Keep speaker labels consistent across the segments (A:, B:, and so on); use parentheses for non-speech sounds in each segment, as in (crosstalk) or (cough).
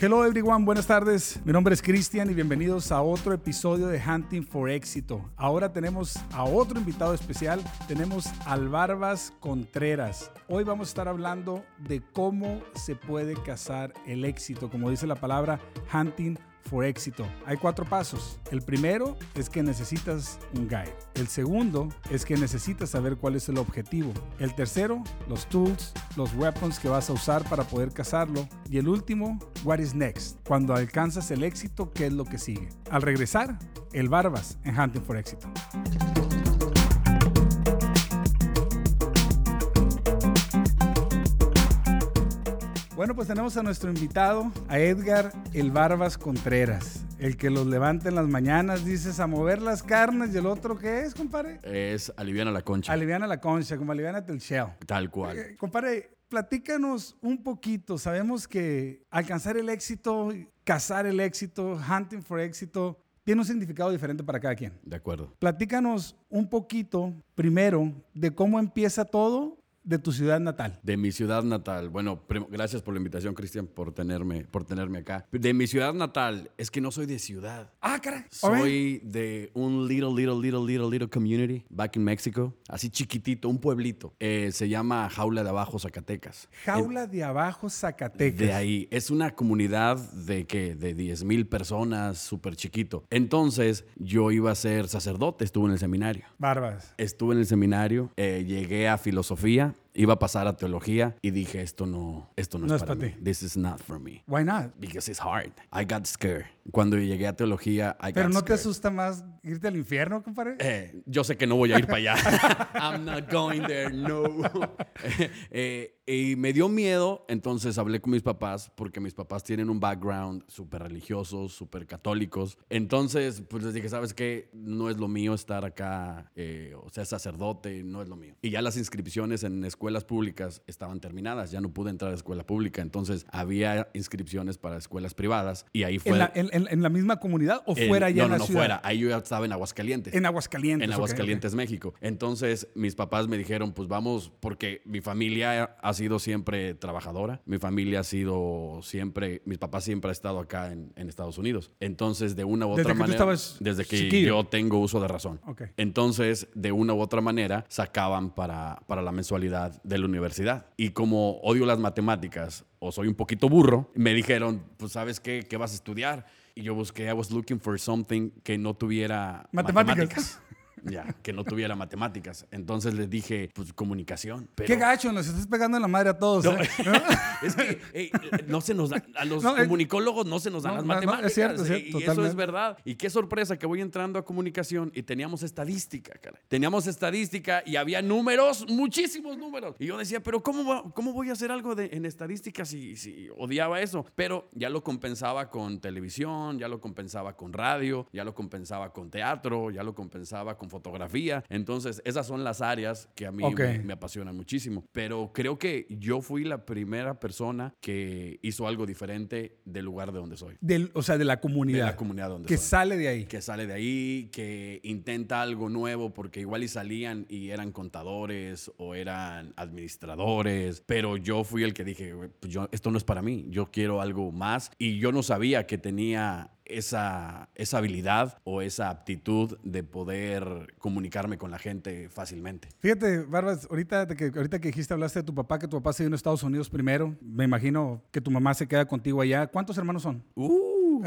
A: Hello everyone, buenas tardes. Mi nombre es Cristian y bienvenidos a otro episodio de Hunting for Éxito. Ahora tenemos a otro invitado especial, tenemos al Barbas Contreras. Hoy vamos a estar hablando de cómo se puede cazar el éxito, como dice la palabra Hunting for éxito. Hay cuatro pasos. El primero es que necesitas un guide. El segundo es que necesitas saber cuál es el objetivo. El tercero, los tools, los weapons que vas a usar para poder cazarlo. Y el último, what is next. Cuando alcanzas el éxito, ¿qué es lo que sigue? Al regresar, el Barbas en Hunting for Éxito. Bueno, pues tenemos a nuestro invitado, a Edgar El Barbas Contreras, el que los levanta en las mañanas, dices, a mover las carnes y el otro, ¿qué es, compadre?
B: Es aliviana la concha.
A: Aliviana la concha, como aliviana el shell.
B: Tal cual.
A: Eh, compadre, platícanos un poquito. Sabemos que alcanzar el éxito, cazar el éxito, hunting for éxito, tiene un significado diferente para cada quien.
B: De acuerdo.
A: Platícanos un poquito, primero, de cómo empieza todo de tu ciudad natal.
B: De mi ciudad natal. Bueno, prim- gracias por la invitación, Cristian, por tenerme, por tenerme acá. De mi ciudad natal, es que no soy de ciudad.
A: Ah, caray.
B: Soy de un little, little, little, little, little community back in Mexico. Así chiquitito, un pueblito. Eh, se llama Jaula de Abajo, Zacatecas.
A: Jaula de Abajo, Zacatecas.
B: De ahí. Es una comunidad de que de 10 mil personas, súper chiquito. Entonces, yo iba a ser sacerdote, estuve en el seminario.
A: Barbas.
B: Estuve en el seminario, eh, llegué a filosofía, iba a pasar a teología y dije, esto no, esto no,
A: No
B: es,
A: es
B: para
A: pa'
B: mí.
A: ti.
B: This is not for me.
A: Why not?
B: Because it's hard. I got scared. Cuando llegué a teología, I
A: Pero
B: got
A: no te
B: scared.
A: asusta más irte al infierno, compadre.
B: Eh, yo sé que no voy a ir para allá. (laughs) I'm not going there, no. (laughs) Eh, y me dio miedo, entonces hablé con mis papás, porque mis papás tienen un background súper religiosos, súper católicos. Entonces, pues les dije, ¿sabes qué? No es lo mío estar acá, eh, o sea, sacerdote, no es lo mío. Y ya las inscripciones en escuelas públicas estaban terminadas, ya no pude entrar a escuela pública, entonces había inscripciones para escuelas privadas y ahí fue...
A: ¿En, la, en- en- en la misma comunidad o
B: en-
A: fuera ya
B: no,
A: en
B: no,
A: la
B: no,
A: ciudad?
B: fuera. Ahí yo ya estaba en Aguascalientes.
A: En Aguascalientes.
B: En
A: ok,
B: Aguascalientes, México. Entonces, mis papás me dijeron, pues vamos, porque mi familia ha sido siempre trabajadora. Mi familia ha sido siempre, mis papás siempre han estado acá en, en Estados Unidos. Entonces, de una u
A: Desde
B: otra
A: que tú
B: manera,
A: estabas
B: desde que
A: chiquillo.
B: yo tengo uso de razón.
A: Ok.
B: Entonces, de una u otra manera, sacaban para, para la mensualidad de la universidad. Y como odio las matemáticas o soy un poquito burro, me dijeron, pues sabes qué, ¿qué vas a estudiar? Y yo busqué, I was looking for something que no tuviera
A: Matemáticas.
B: (laughs) ya, que no tuviera matemáticas. Entonces les dije, pues comunicación.
A: ok.
B: Pero
A: Qué gacho, nos estás pegando en la madre a todos.
B: (laughs)
A: ¿eh?
B: es que ey, no se nos da, a
A: (laughs)
B: los
A: No, es-
B: comunicólogos no se nos dan
A: No,
B: las
A: no, no, es
B: matemáticas.
A: cierto, es cierto,
B: y eso
A: totalmente.
B: es verdad. Y qué sorpresa que voy entrando a comunicación y teníamos estadística, caray. Teníamos estadística y había números, muchísimos números. Y yo decía, pero ¿cómo, va- cómo voy a hacer algo de- en estadística si, si odiaba eso? Pero ya lo compensaba con televisión, ya lo compensaba con radio, ya lo compensaba con teatro, ya lo compensaba con fotografía. Entonces, esas son las áreas que a mí
A: Ok.
B: me- me apasionan muchísimo. Pero creo que yo fui la primera persona que hizo algo diferente del lugar de donde soy.
A: Del- o sea, de la
B: De
A: comunidad.
B: la comunidad donde
A: que
B: soy.
A: sale de ahí.
B: que sale de ahí, que intenta algo nuevo, porque igual y salían y eran contadores o eran administradores, pero yo fui el que dije, "Güey, pues yo, esto no es para mí, yo quiero algo más y yo no sabía que tenía esa, esa habilidad o esa aptitud de poder comunicarme con la gente fácilmente.
A: Fíjate, Barbas, ahorita, de que, ahorita que dijiste, hablaste de tu papá, que tu papá se vino a Estados Unidos primero. Me imagino que tu mamá se queda contigo allá. ¿Cuántos hermanos son? (laughs)
B: ¡Uh!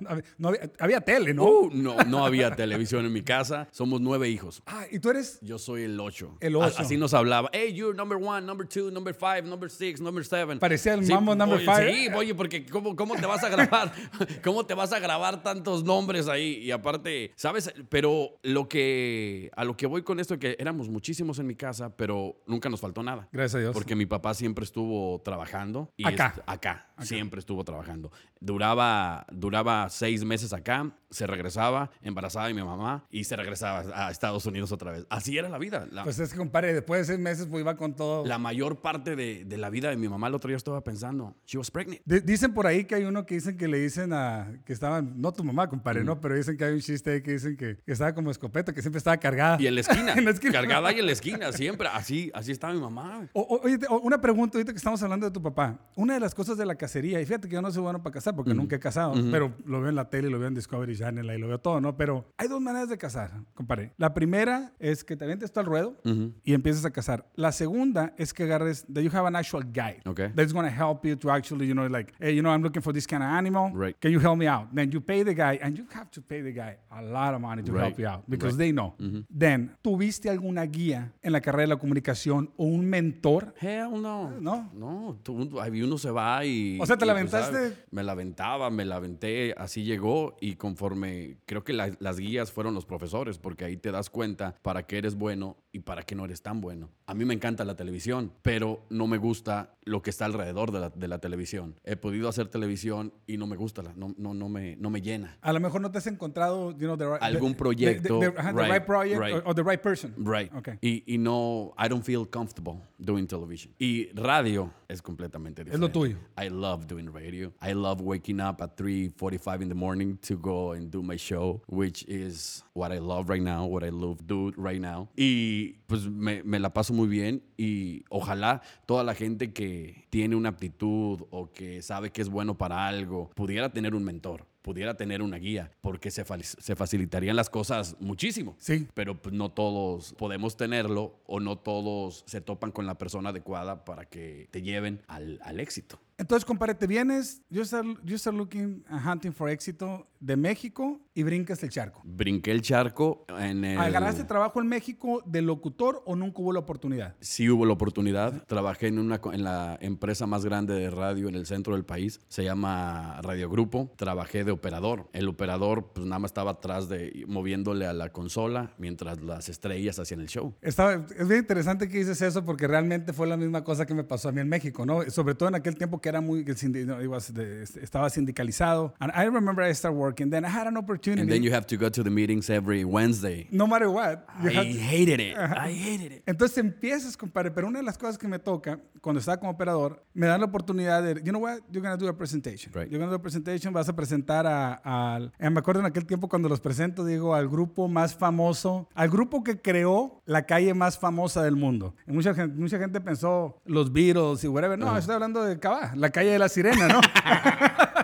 A: No había- no había, había tele, ¿no?
B: Uh, no, no había televisión en mi casa. Somos nueve hijos.
A: Ah, y tú eres
B: Yo soy el ocho.
A: El
B: A-
A: ocho.
B: Así nos hablaba. Hey, you're number one, number two, number five, number six, number seven.
A: Parecía el mambo number
B: oye,
A: five.
B: Sí, oye, porque ¿cómo, cómo te vas a grabar? (laughs) ¿Cómo te vas a grabar tantos nombres ahí? Y aparte, ¿sabes? Pero lo que, a lo que voy con esto, que éramos muchísimos en mi casa, pero nunca nos faltó nada.
A: Gracias a Dios.
B: Porque mi papá siempre estuvo trabajando. Y este,
A: Acá.
B: es- acá. Siempre estuvo trabajando. Duraba era, duraba seis meses acá, se regresaba, embarazada de mi mamá y se regresaba a Estados Unidos otra vez. Así era la vida. La,
A: Pues es que, compadre, después de seis meses, pues iba con todo.
B: la mayor parte de, de la vida de mi mamá, el otro día estaba pensando, she was
A: (laughs)
B: pregnant.
A: Di- Dicen por ahí que hay uno que dicen que le dicen a que estaban, no tu mamá, compadre,
B: Mm.
A: no, pero dicen que hay un chiste ahí que dicen que, que estaba como escopeta, que siempre estaba cargada.
B: Y en la esquina,
A: (laughs) En la esquina.
B: cargada y en la esquina, siempre. Así, así estaba mi mamá.
A: O- o- oye, te- o- una pregunta ahorita que estamos hablando de tu papá. Una de las cosas de la cacería, y fíjate que yo no soy bueno para cazar porque nunca he cazado, pero lo veo en la tele, lo veo en Discovery Channel, ahí lo veo todo, ¿no? Pero hay dos maneras de cazar, compadre. La primera es que te avientes tú al ruedo y empieces a cazar. La segunda es que agarres, that you have an actual guide
B: Okay.
A: that's going to help you to actually, you know, like, hey, you know, I'm looking for this kind of animal.
B: Right.
A: Can you help me out? Then you pay the guy, and you have to pay the guy a lot of money to
B: Right. Mm-hmm.
A: help you out because they know. Then, ¿tuviste alguna guía en la carrera de la comunicación o un mentor
B: Hell no.
A: No.
B: No, tú- ahí uno se va y.
A: O sea, ¿te
B: y,
A: la
B: pues,
A: aventaste?
B: ¿sabes? me la aventaba, me la aventé, así llegó y conforme. Creo que la- las guías fueron los profesores, porque ahí te das cuenta para qué eres bueno y para qué no eres tan bueno. A mí me encanta la televisión, pero no me gusta lo que está alrededor de la, de la televisión. He podido hacer televisión y no me gusta, la- no, no, no, me, no me llena.
A: A lo mejor no te has encontrado, you know, the right,
B: Algún
A: the-
B: proyecto,
A: the, the- ajá, the
B: right,
A: right project
B: right.
A: Or, or the right person.
B: Right.
A: Okay.
B: Y, y no, I don't feel comfortable doing television. Y radio es completamente
A: Es
B: diferente.
A: lo tuyo.
B: I love doing radio. I love waking up at 3:45 in the morning to go and do my show, which is what I love right now, what I love do right now. Y pues me, me la paso muy bien y ojalá toda la gente que tiene una aptitud o que sabe que es bueno para algo pudiera tener un mentor, pudiera tener una guía, porque se, fa- se facilitarían las cosas muchísimo
A: Sí.
B: pero pues, no todos podemos tenerlo o no todos se topan con la persona adecuada para que te lleven al, al éxito.
A: Entonces, compadre, te vienes, you start, you start looking and hunting for éxito de México y brincas el charco.
B: Brinqué el charco en el...
A: ¿Agarraste trabajo en México de locutor o nunca hubo la oportunidad?
B: Sí hubo la oportunidad. Trabajé en, una, co- en la empresa más grande de radio en el centro del país. Se llama Radio Grupo. Trabajé de operador. El operador pues nada más estaba atrás de moviéndole a la consola mientras las estrellas hacían el show.
A: Estaba, es bien interesante que dices eso porque realmente fue la misma cosa que me pasó a mí en México, ¿no? Sobre todo en aquel tiempo que era muy, que el sindi- no, it was the- estaba sindicalizado. And I remember I started working, then I had an opportunity.
B: And then you have to go to the meetings every Wednesday.
A: no matter what. you had
B: I
A: to-
B: hated it. I hated it.
A: Entonces empiezas, compadre, pero una de las cosas que me toca cuando estaba como operador, me dan la oportunidad de, you know what, you're gonna do a presentation.
B: Right.
A: You're gonna do a presentation, vas a presentar a- al, eh, me acuerdo en aquel tiempo cuando los presento, digo, al grupo más famoso, al grupo que creó la calle más famosa del mundo. Y mucha gente, mucha gente pensó los Beatles y whatever.
B: Ah.
A: No, estoy hablando de Cabá, la calle de la sirena,
B: (laughs)
A: ¿no? (laughs)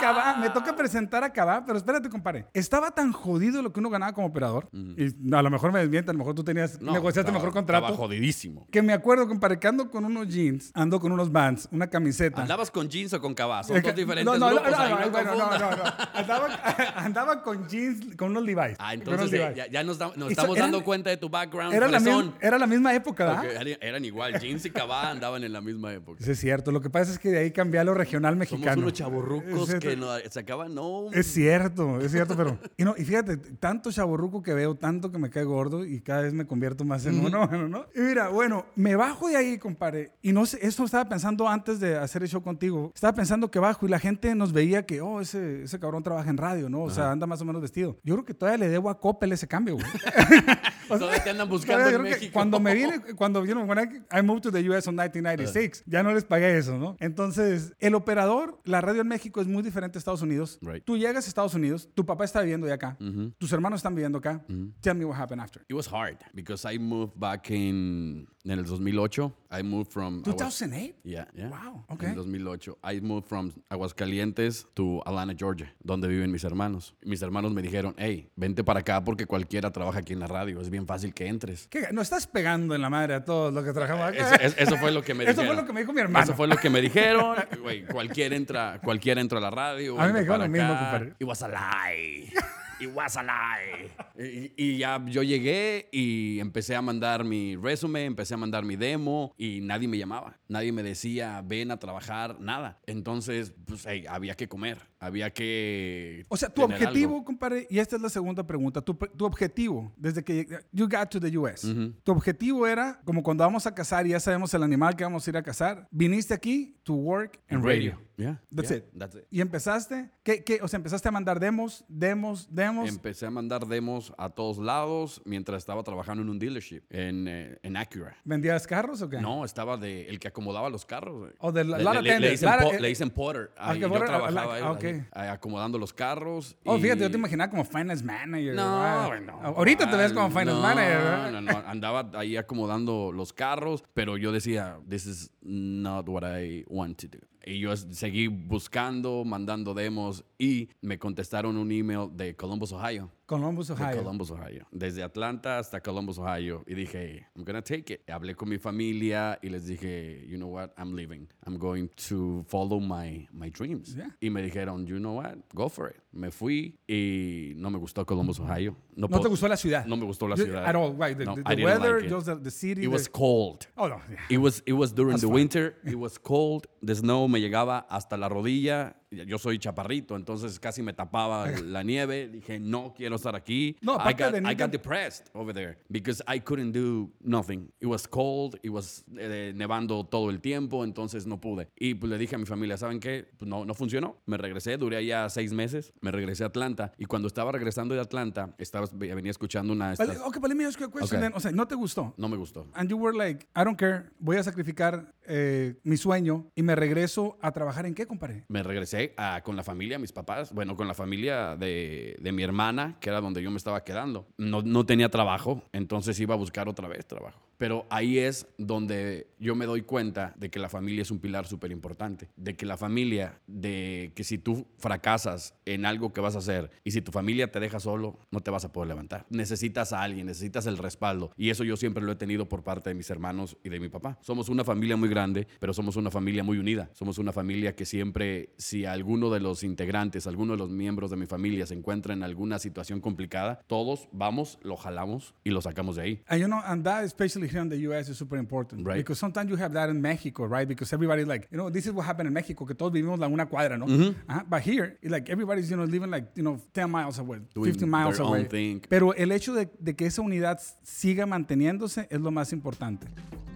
A: Cabá, me toca presentar a Cabá, pero espérate, compadre. Estaba tan jodido lo que uno ganaba como operador. Y a lo mejor me desmienta, a lo mejor tú tenías, negociaste
B: estaba-
A: mejor contrato.
B: Estaba jodidísimo.
A: Que me acuerdo, compadre, que ando con unos jeans, ando con unos vans, una camiseta.
B: ¿Andabas con jeans o con cabazo? Son
A: Eh,
B: dos
A: que-
B: diferentes
A: no, no,
B: grupos.
A: no, no,
B: ahí no,
A: no, bueno, no,
B: confundas.
A: no, no. Andaba, (laughs) andaba con jeans, con unos Levi's. con
B: Ah,
A: unos
B: entonces eh,
A: Levi's.
B: ya, ya nos, da- nos
A: Y so-
B: estamos
A: eran-
B: dando cuenta de tu background.
A: era, la
B: fresón.
A: misma, era la misma época, ¿verdad?
B: Ok, eran- Eran igual, jeans y cabá andaban en la misma época.
A: Sí, es cierto. Lo que pasa es que de ahí cambié a lo regional
B: Somos
A: mexicano.
B: unos chaburrucos
A: Es
B: que
A: cierto.
B: nos sacaban, no.
A: Es cierto, es cierto, pero. Y, no, y fíjate, tanto chaborruco que veo, tanto que me cae gordo y cada vez me convierto más en uno, (laughs) ¿no? Y mira, bueno, me bajo de ahí, compadre. Y no sé, eso estaba pensando antes de hacer el show contigo. Estaba pensando que bajo y la gente nos veía que, oh, ese, ese cabrón trabaja en radio, ¿no? O sea, anda más o menos vestido. Yo creo que todavía le debo a Coppel ese cambio,
B: (laughs)
A: güey. O sea,
B: Todavía te andan buscando
A: todavía
B: en
A: creo que
B: México.
A: Cuando me viene, cuando, you know, when I, I moved to the US on 1996,
B: Ah.
A: ya no les pagué eso, ¿no? Entonces, el operador, la radio en México es muy diferente a Estados Unidos.
B: Right.
A: Tú llegas a Estados Unidos, tu papá está viviendo ya acá, tus hermanos están viviendo acá. Tell me what happened after.
B: It was hard because I moved back in, en el 2008. I moved from. I was-
A: 2008?
B: Yeah, yeah.
A: Wow,
B: En
A: okay.
B: 2008. I moved from Aguascalientes to Atlanta, Georgia, donde viven mis hermanos. Mis hermanos me dijeron, hey, vente para acá porque cualquiera trabaja aquí en la radio. Es bien fácil que entres.
A: ¿Qué? No estás pegando en la madre a todos los que trabajamos
B: Eso,
A: acá.
B: Ah, es- eso fue lo que me
A: Eso
B: dijeron.
A: fue lo que me dijo mi hermano.
B: Eso fue lo que
A: (laughs)
B: me dijeron. Güey, cualquiera entra, cualquiera entra a la radio.
A: A mí me
B: vente
A: dijeron
B: para
A: lo mismo,
B: acá.
A: compadre.
B: It was a lie. y wasalai. Y, y ya yo llegué y empecé a mandar mi resumen, empecé a mandar mi demo y nadie me llamaba. Nadie me decía, ven a trabajar, nada. Entonces, pues, hey, había que comer, había que.
A: (laughs) O sea, tu
B: tener
A: objetivo,
B: algo.
A: compadre, y esta es la segunda pregunta. Tu, tu objetivo, desde que you got to the US, tu objetivo era, como cuando vamos a cazar y ya sabemos el animal que vamos a ir a cazar, viniste aquí to work and radio.
B: Yeah,
A: That's
B: yeah,
A: it.
B: That's it.
A: Y empezaste, ¿qué, qué? o sea, empezaste a mandar demos, demos, demos.
B: Empecé a mandar demos a todos lados mientras estaba trabajando en un dealership en, eh, en Acura.
A: ¿Vendías carros o qué?
B: No, estaba de el que acomodaba los carros. güey.
A: O del
B: Le-
A: lot
B: le, le- le
A: attendant,
B: dicen
A: lot-
B: po-
A: eh,
B: le dicen Potter.
A: Ah,
B: Ahí
A: que
B: yo
A: Potter,
B: trabajaba
A: ah,
B: ahí,
A: ah, ok.
B: ahí, ahí acomodando los carros.
A: Oh,
B: y-
A: fíjate, yo te imaginaba como finance manager.
B: No,
A: ¿verdad?
B: bueno.
A: Ahorita te ves como
B: no,
A: finance manager, ¿verdad?
B: No, no, andaba ahí acomodando los carros, pero yo decía, this is not what I want to do. Y yo es- seguí buscando, mandando demos y me contestaron un email de Columbus, Ohio.
A: Columbus,
B: De
A: Ohio.
B: Columbus, Ohio. Desde Atlanta hasta Columbus, Ohio. Y dije, "Hey, I'm gonna take it. Hablé con mi familia y les dije, you know what, I'm leaving. I'm going to follow my, my dreams.
A: Yeah.
B: Y me dijeron, you know what, go for it. Me fui y no me gustó Columbus, Ohio.
A: ¿No te
B: pod-
A: gustó la ciudad?
B: No me gustó la
A: You-
B: ciudad.
A: At all, right. The,
B: No,
A: the-
B: I
A: the
B: didn't
A: weather,
B: like it.
A: just the, the city.
B: It
A: the-
B: was cold.
A: oh, no. yeah.
B: It was, it was during
A: That's
B: the
A: fine.
B: winter. It was cold. The snow me llegaba hasta la rodilla. Yo soy chaparrito, entonces casi me tapaba la nieve. Dije, no quiero estar aquí.
A: No,
B: I
A: aparte
B: got,
A: de
B: I got
A: Nigel-
B: depressed over there because I couldn't do nothing. It was cold. It was eh, nevando todo el tiempo, entonces no pude. Y pues le dije a mi familia, ¿saben qué? Pues no, no funcionó. Me regresé, duré allá seis meses. Me regresé a Atlanta. Y cuando estaba regresando de Atlanta, estaba, venía escuchando una...
A: But,
B: estas-
A: okay, but let me ask you a question
B: Okay.
A: then. O sea, no te gustó.
B: No me gustó.
A: And you were like, I don't care, voy a sacrificar eh, mi sueño y me regreso a trabajar en qué, compadre.
B: me regresé a- con la familia, mis papás, bueno, con la familia de, de mi hermana, que era donde yo me estaba quedando. No, no tenía trabajo, entonces iba a buscar otra vez trabajo. Pero ahí es donde yo me doy cuenta de que la familia es un pilar súper importante, de que la familia, de que si tú fracasas en algo que vas a hacer y si tu familia te deja solo, no te vas a poder levantar. Necesitas a alguien, necesitas el respaldo y eso yo siempre lo he tenido por parte de mis hermanos y de mi papá. Somos una familia muy grande, pero somos una familia muy unida. Somos una familia que siempre, si alguno de los integrantes, alguno de los miembros de mi familia se encuentra en alguna situación complicada, todos vamos, lo jalamos y lo sacamos de ahí.
A: And you know, and that especially here in the U.S. is super important.
B: Right.
A: Because sometimes you have that in Mexico, right? Because everybody's like, you know, this is what happened in Mexico, que todos vivimos la una cuadra, ¿no?
B: Mm-hmm.
A: Ajá. But here, it's like everybody's, you know, living like, you know, 10 miles away,
B: Doing
A: 15 miles
B: their
A: away.
B: own thing.
A: Pero el hecho de, de que esa unidad siga manteniéndose es lo más importante.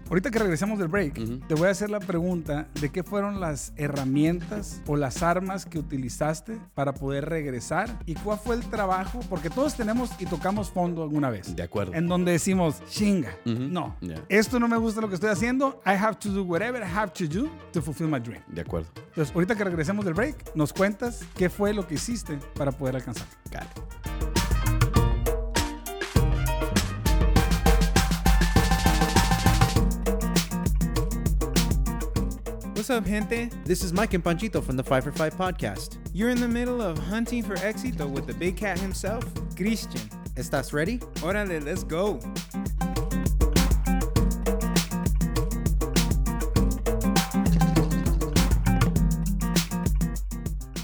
A: Ahorita que regresemos del break,
B: Mm-hmm.
A: te voy a hacer la pregunta de qué fueron las herramientas o las armas que utilizaste para poder regresar y cuál fue el trabajo, porque todos tenemos y tocamos fondo alguna vez.
B: De acuerdo.
A: En donde decimos, chinga, no,
B: Yeah.
A: esto no me gusta lo que estoy haciendo, I have to do whatever I have to do to fulfill my dream.
B: De acuerdo.
A: Entonces, ahorita que regresemos del break, nos cuentas qué fue lo que hiciste para poder alcanzar.
B: Got it.
C: What's up, gente? This is Mike and Panchito from the Five for Five podcast.
D: You're in the middle of hunting for éxito with the big cat himself, Christian.
C: Estás ready?
D: Órale, let's go.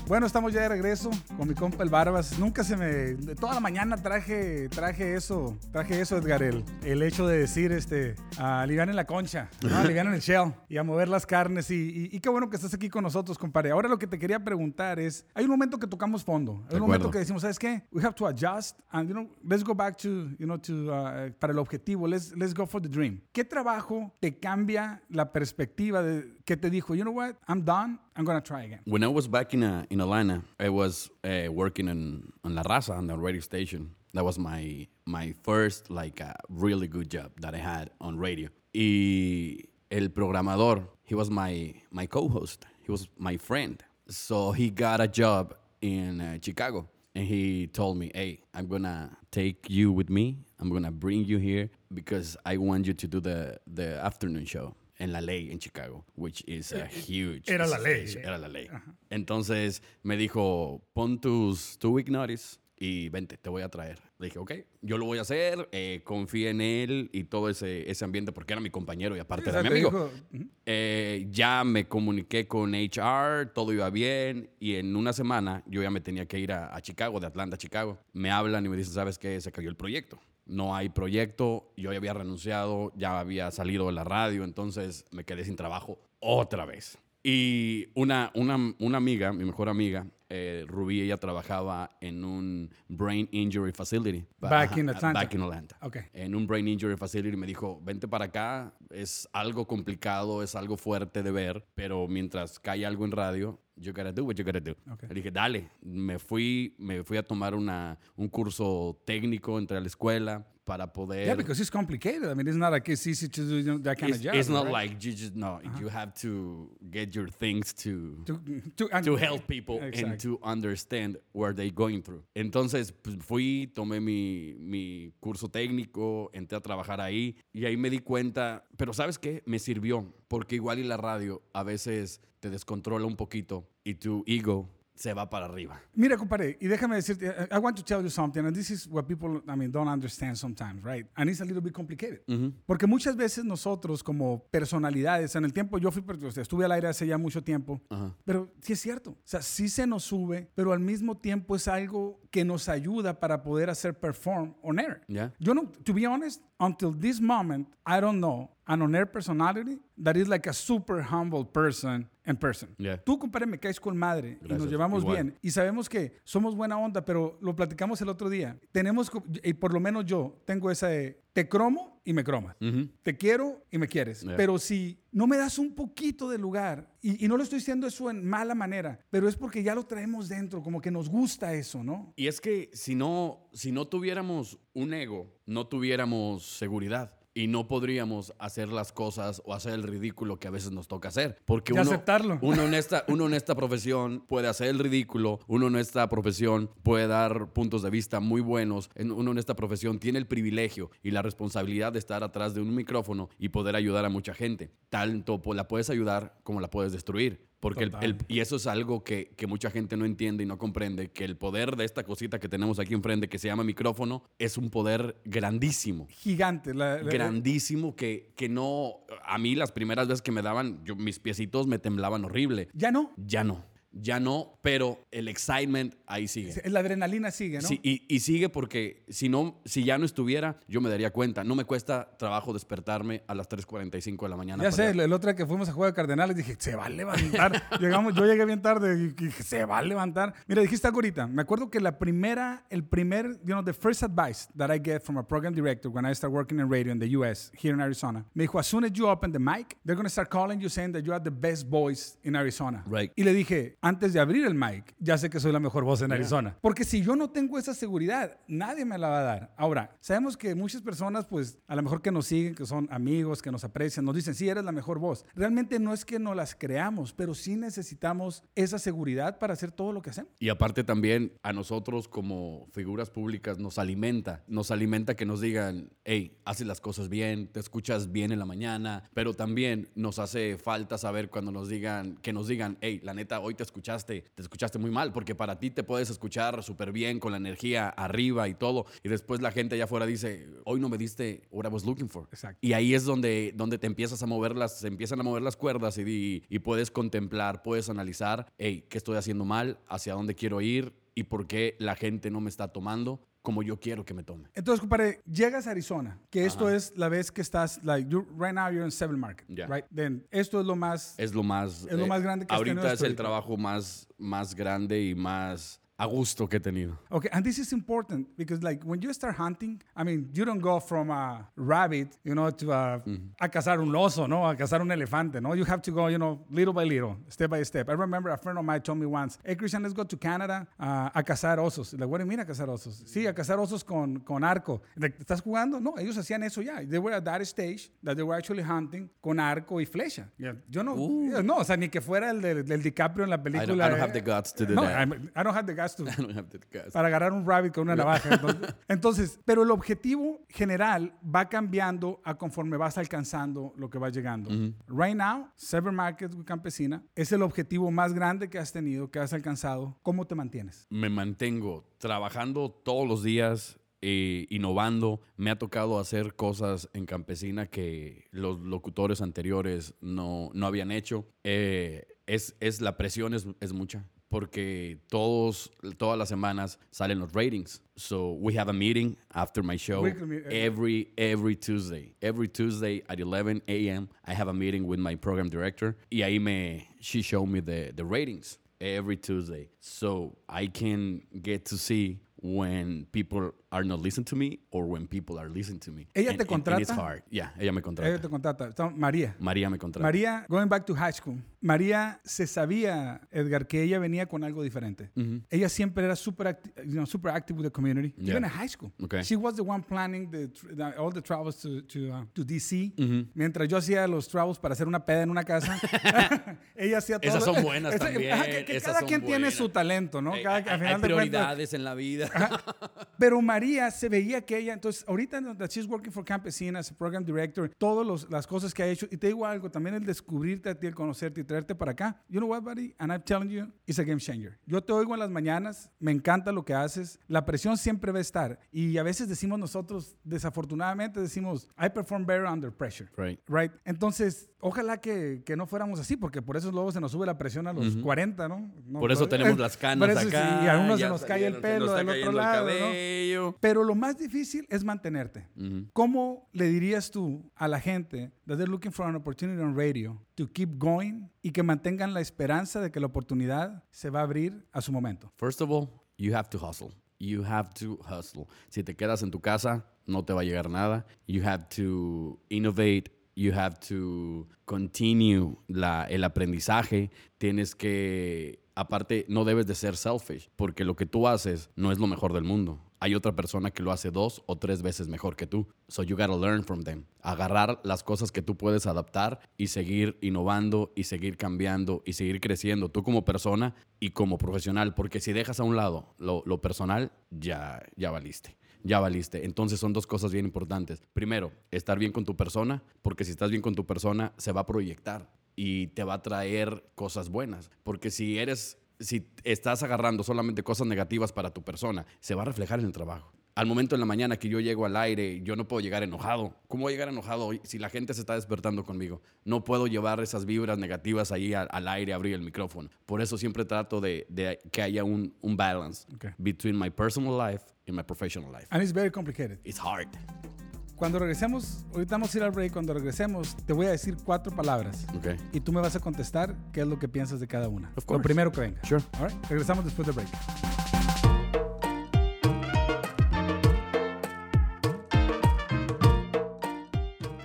A: Bueno, estamos ya de regreso con mi compa el Barbas. Nunca se me. de Toda la mañana traje, traje eso, traje eso, Edgar. El, el hecho de decir, este, a aliviar en la concha, ¿no?
B: (laughs)
A: a aliviar en el shell y a mover las carnes. Y, y- y qué bueno que estás aquí con nosotros, compadre. Ahora lo que te quería preguntar es: hay un momento que tocamos fondo, hay
B: De
A: un momento
B: acuerdo.
A: que decimos, ¿sabes qué? We have to adjust and, you know, let's go back to, you know, to, uh, para el objetivo, let's, let's go for the dream. ¿Qué trabajo te cambia la perspectiva de que te dijo, you know what, I'm done, I'm gonna try again?
B: When I was back in, uh, in Atlanta, I was uh, working in, on La Raza on the radio station. That was my my first like uh, really good job that I had on radio. Y el programador, he was my my co-host. He was my friend. So he got a job in uh, Chicago, and he told me, "Hey, I'm gonna take you with me. I'm gonna bring you here because I want you to do the the afternoon show." En La Ley, in Chicago, which is a huge.
A: E-, Era La Ley.
B: station. Era la ley. Entonces me dijo, pon tus two week notice y vente, te voy a traer. Le dije, ok, yo lo voy a hacer, eh, confía en él y todo ese, ese ambiente, porque era mi compañero y aparte
A: O
B: era
A: sea,
B: mi
A: te
B: amigo.
A: dijo, "Ujú".
B: Eh, ya me comuniqué con HR, todo iba bien y en una semana yo ya me tenía que ir a, a Chicago, de Atlanta a Chicago. Me hablan y me dicen, ¿sabes qué? Se cayó el proyecto. No hay proyecto, yo ya había renunciado, ya había salido de la radio, entonces me quedé sin trabajo otra vez. Y una, una, una amiga, mi mejor amiga, eh, Rubí, ella trabajaba en un Brain Injury Facility.
A: Back in
B: Ajá,
A: Atlanta.
B: Back in Atlanta
A: Ok.
B: en un brain injury facility me dijo, vente para acá, es algo complicado, es algo fuerte de ver, pero mientras cae algo en radio, you gotta do what you gotta do.
A: Ok.
B: Le dije, dale, me fui, me fui a tomar una, un curso técnico, entré a la escuela para poder...
A: Yeah, because it's complicated. I mean, it's not like it's easy to do you know, that kind
B: it's,
A: of job.
B: it's
A: right?
B: not
A: Uh-huh.
B: like you just, no, you have to get your things to...
A: To, to- and-
B: to help people and
A: Exacto.
B: to understand where they going through. Entonces pues, fui, tomé mi, mi curso técnico, entré a trabajar ahí y ahí me di cuenta, pero ¿sabes qué? Me sirvió, porque igual y la radio a veces te descontrola un poquito y tu ego se va para arriba.
A: Mira, compadre, y déjame decirte, eh, I- I want to tell you something, and this is what people, I mean, don't understand sometimes, right? And it's a little bit complicated. Porque muchas veces nosotros como personalidades, en el tiempo yo fui, per- o sea, estuve al aire hace ya mucho tiempo,
B: Ajá.
A: pero sí es cierto, o sea, sí se nos sube, pero al mismo tiempo es algo que nos ayuda para poder hacer perform on air.
B: Yeah.
A: You know, to be honest, until this moment, I don't know an on-air personality that is like a super humble person and person.
B: Yeah.
A: Tú, compadre, me caes con madre y nos
B: Gracias,
A: llevamos
B: igual.
A: bien y sabemos que somos buena onda, pero lo platicamos el otro día. Tenemos, co- y por lo menos yo, tengo esa de te cromo y me cromas. Te quiero y me quieres.
B: Yeah.
A: Pero si no me das un poquito de lugar, y, y no lo estoy diciendo eso en mala manera, pero es porque ya lo traemos dentro, como que nos gusta eso, ¿no?
B: Y es que si no, si no tuviéramos un ego, no tuviéramos seguridad. Y no podríamos hacer las cosas o hacer el ridículo que a veces nos toca hacer. Porque
A: Y
B: uno,
A: aceptarlo.
B: Uno en, esta, uno en esta profesión puede hacer el ridículo, uno en esta profesión puede dar puntos de vista muy buenos, en- uno en esta profesión tiene el privilegio y la responsabilidad de estar atrás de un micrófono y poder ayudar a mucha gente. Tanto po- la puedes ayudar como la puedes destruir. Porque el- el- y eso es algo que, que mucha gente no entiende y no comprende, que el poder de esta cosita que tenemos aquí enfrente, que se llama micrófono, es un poder grandísimo
A: Gigante. La, la-
B: grandísimo que, que no. A mí, las primeras veces que me daban, yo, mis piecitos me temblaban horrible.
A: Ya no.
B: Ya no, ya no, pero el excitement ahí sigue.
A: La adrenalina sigue, ¿no?
B: Sí, y, y sigue porque si, no, si ya no estuviera, yo me daría cuenta. No me cuesta trabajo despertarme a las 3.45 de la mañana.
A: Ya
B: para
A: sé,
B: ir a-
A: el, el otro día que fuimos a jugar a Cardenales, dije, se va a
B: (laughs)
A: levantar. Llegamos, yo llegué bien tarde, y dije, se va a levantar. Mira, dijiste algo ahorita. Me acuerdo que la primera, el primer, you know, the first advice that I get from a program director when I start working in radio in the US, here in Arizona, me dijo, as soon as you open the mic, they're going to start calling you saying that you are the best voice in Arizona.
B: Right.
A: Y le dije, antes de abrir el mic, ya sé que soy la mejor voz en Arizona. Porque si yo no tengo esa seguridad, nadie me la va a dar. Ahora, sabemos que muchas personas, pues, a lo mejor que nos siguen, que son amigos, que nos aprecian, nos dicen, sí, eres la mejor voz. Realmente no es que no las creamos, pero sí necesitamos esa seguridad para hacer todo lo que hacemos.
B: Y aparte también a nosotros como figuras públicas nos alimenta, nos alimenta que nos digan, hey, haces las cosas bien, te escuchas bien en la mañana, pero también nos hace falta saber cuando nos digan, que nos digan, hey, la neta, hoy te escuchaste, te escuchaste muy mal, porque para ti te puedes escuchar súper bien, con la energía arriba y todo, y después la gente allá afuera dice, hoy no me diste what I was looking for.
A: Exacto.
B: Y ahí es donde, donde te empiezas a mover las, se empiezan a mover las cuerdas y, di- y puedes contemplar, puedes analizar, hey, ¿qué estoy haciendo mal? ¿Hacia dónde quiero ir? ¿Y por qué la gente no me está tomando como yo quiero que me tome?
A: Entonces, compadre, llegas a Arizona, que esto es la vez que estás, like, you, right now you're in Seven Market,
B: Ya.
A: right? Then, esto es lo más...
B: Es lo más... eh,
A: Es lo más grande que has
B: Ahorita
A: tenido
B: es el
A: hasta
B: trabajo más, más grande y más a gusto que he tenido.
A: Okay, and this is important because, like, when you start hunting, I mean, you don't go from a rabbit, you know, to a,
B: Mm-hmm.
A: a cazar un oso, no, a cazar un elefante, no. You have to go, you know, little by little, step by step. I remember a friend of mine told me once, "Hey, Christian, let's go to Canada uh, a cazar osos." Like, what do you mean a cazar osos? Sí, a cazar osos con, con arco. Like, ¿Estás jugando? No, ellos hacían eso ya. They were at that stage that they were actually hunting con arco y flecha. Yeah, Yo no, no, o sea, ni que fuera el del del DiCaprio en la película. eh,
B: I don't have the guts to do
A: no,
B: that.
A: I'm- I don't have the guts gas tú.
B: (laughs) I don't have that gas.
A: para agarrar un rabbit con una navaja. Entonces, entonces, pero el objetivo general va cambiando a conforme vas alcanzando lo que va llegando. Right now, Cyber Market with Campesina es el objetivo más grande que has tenido, que has alcanzado. ¿Cómo te mantienes?
B: me mantengo trabajando todos los días, eh, innovando. Me ha tocado hacer cosas en Campesina que los locutores anteriores no, no habían hecho. Eh, es, es, la presión es, es mucha. Porque todos, todas las semanas salen los ratings. So we have a meeting after my show
A: Weekly meet- eh,
B: every every Tuesday. Every Tuesday at 11 a.m. I have a meeting with my program director. Y ahí me she showed me the the ratings every Tuesday, so I can get to see when people are not listening to me or when people are listening to me.
A: Ella te
B: it's
A: contrata?
B: hard. Yeah, ella me contrata.
A: Ella te contrata. Está- María.
B: María me contrata.
A: María, going back to high school, María se sabía, Edgar, que ella venía con algo diferente. Ella siempre era super, acti- you know, super active with the community,
B: Yeah.
A: even in high school.
B: Okay.
A: She was the one planning the, tr- the- all the travels to, to, uh, to DC. Mientras yo hacía los travels para hacer una peda en una
B: (laughs)
A: casa, (laughs) ella hacía todo.
B: Esas
A: lo-
B: son
A: (laughs)
B: buenas
A: Esa-
B: también,
A: ajá, que- que
B: esas
A: cada
B: son
A: quien tiene
B: buenas.
A: su talento, ¿no?
B: Eh,
A: Cada,
B: hay,
A: al final de
B: hay
A: cuentas,
B: prioridades en la vida.
A: pero María se veía que ella, entonces, ahorita that she's working for Campesina as a program director, todas las cosas que ha hecho, y te digo algo, también el descubrirte a ti, el conocerte y traerte para acá. You know what, buddy? And I'm telling you, it's a game changer. Yo te oigo en las mañanas, me encanta lo que haces, la presión siempre va a estar, y a veces decimos nosotros, desafortunadamente decimos, I perform better under pressure.
B: Right.
A: Right. Entonces, ojalá que, que no fuéramos así, porque por eso luego se nos sube la presión a los 40, ¿no? No,
B: Por eso
A: pero- (laughs)
B: tenemos las canas
A: Por eso sí,
B: acá.
A: y a uno se
B: ya
A: nos
B: está-
A: cae
B: ya
A: el
B: nos-
A: pelo
B: nos está
A: del otro
B: cayendo el
A: lado, ¿no?
B: cabello.
A: Pero lo más difícil es mantenerte. ¿Cómo le dirías tú a la gente that they're looking for an opportunity on radio to keep going y que mantengan la esperanza de que la oportunidad se va a abrir a su momento?
B: First of all, you have to hustle. You have to hustle. Si te quedas en tu casa, no te va a llegar nada. You have to innovate. You have to continue la- el aprendizaje. Tienes que, aparte, no debes de ser selfish, porque lo que tú haces no es lo mejor del mundo. Hay otra persona que lo hace dos o tres veces mejor que tú. So you gotta learn from them. Agarrar las cosas que tú puedes adaptar y seguir innovando y seguir cambiando y seguir creciendo tú como persona y como profesional. Porque si dejas a un lado lo, lo personal, ya, ya valiste. Ya valiste. Entonces son dos cosas bien importantes. Primero, estar bien con tu persona, porque si estás bien con tu persona, se va a proyectar y te va a traer cosas buenas. Porque si eres, si estás agarrando solamente cosas negativas para tu persona, se va a reflejar en el trabajo. Al momento en la mañana que yo llego al aire, yo no puedo llegar enojado. ¿Cómo voy a llegar enojado hoy si la gente se está despertando conmigo? No puedo llevar esas vibras negativas ahí al, al aire, abrir el micrófono. Por eso siempre trato de, de que haya un, un balance
A: Ok.
B: between my personal life and my professional life.
A: And it's very complicated.
B: It's hard.
A: Cuando regresemos, ahorita vamos a ir al break, cuando regresemos te voy a decir cuatro palabras
B: Okay.
A: y tú me vas a contestar qué es lo que piensas de cada una.
B: Of
A: Lo
B: course.
A: primero que venga.
B: Sure.
A: All right, Regresamos después del break.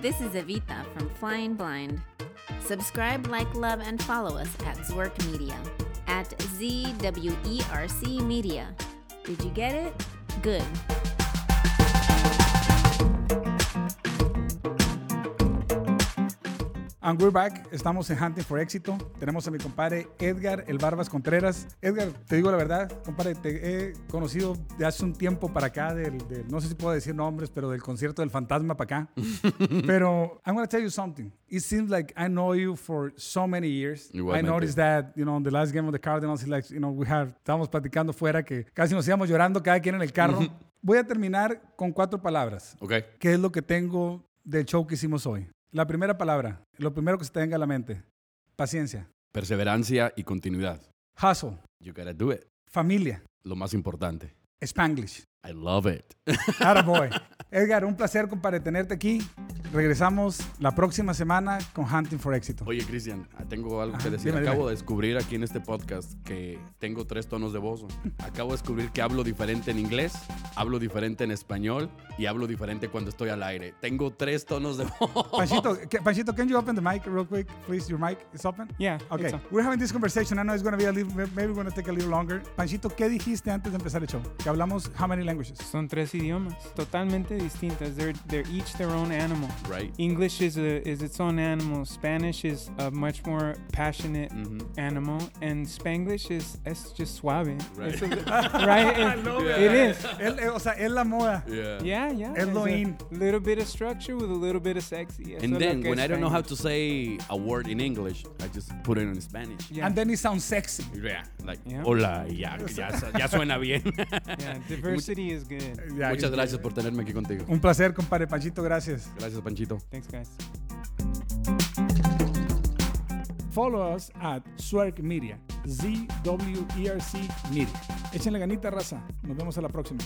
E: This is Evita from Flying Blind. Subscribe, like, love, and follow us at Zwerk Media. At ZWERC Media. Did you get it? Good.
A: And we're back. Estamos en Hunting for Éxito. Tenemos a mi compadre Edgar El Barbas Contreras. Edgar, te digo la verdad, compadre, te he conocido de hace un tiempo para acá, del, del- no sé si puedo decir nombres, pero del concierto del fantasma para acá. pero I'm going to tell you something. It seems like I know you for so many years. I
B: Igualmente.
A: noticed that, you know, on the last game of the Cardinals, it's like, you know, we have, estábamos platicando fuera que casi nos íbamos llorando cada quien en el carro. Voy a terminar con cuatro palabras.
B: Okay.
A: ¿Qué es lo que tengo del show que hicimos hoy? La primera palabra, lo primero que se te venga a la mente. Paciencia,
B: Perseverancia y continuidad.
A: hustle,
B: You gotta do it.
A: familia,
B: Lo más importante.
A: Spanglish.
B: I love it.
D: (laughs)
A: Attaboy. Edgar, un placer, compadre, tenerte aquí. Regresamos la próxima semana con Hunting for Éxito.
B: Oye, Cristian, ah, tengo algo
A: Ajá,
B: que decir.
A: dime, dime.
B: Acabo de descubrir aquí en este podcast que tengo tres tonos de voz. Acabo de descubrir que hablo diferente en inglés, hablo diferente en español y hablo diferente cuando estoy al aire. Tengo tres tonos de (laughs) voz.
A: Panchito, ca- Panchito, can you open the mic real quick, please? Your mic is open.
D: Yeah,
A: Okay.
D: it's on.
A: We're having this conversation. I know it's going to be a little, maybe we're going to take a little longer. Panchito, ¿qué dijiste antes de empezar el show? Que hablamos how many languages.
D: (laughs) Son tres idiomas, totalmente distintas. They're, they're each their own animal.
B: Right.
D: English is, a, is its own animal. Spanish is a much more passionate
B: Mm-hmm.
D: animal. And Spanglish is it's just suave. It's
B: (laughs)
D: a li- right? It- it is.
A: Él- eh, o sea, es la moda.
B: Yeah.
D: Yeah, yeah.
A: Es
D: there's
A: lo
D: a
A: in.
D: Little bit of structure with a little bit of sexy. Eso es
B: And
D: lo
B: then
D: que
B: when
D: es
B: I don't know how
D: Spanglish.
B: to say a word in English, I just put it in Spanish.
D: Yeah.
A: And then it sounds sexy.
B: Yeah, like
D: Yeah.
B: hola, ya, ya, ya suena
D: (laughs)
B: bien. (laughs)
D: Yeah, diversity is good.
A: Ya,
B: Muchas
A: y-
B: gracias por tenerme aquí contigo.
A: Un placer, compadre Panchito, gracias.
B: Gracias, Panchito.
D: Thanks, guys.
A: Follow us at Zwerk E Media, Z-W-E-R-C Media. Échenle ganita, raza. Nos vemos a la próxima.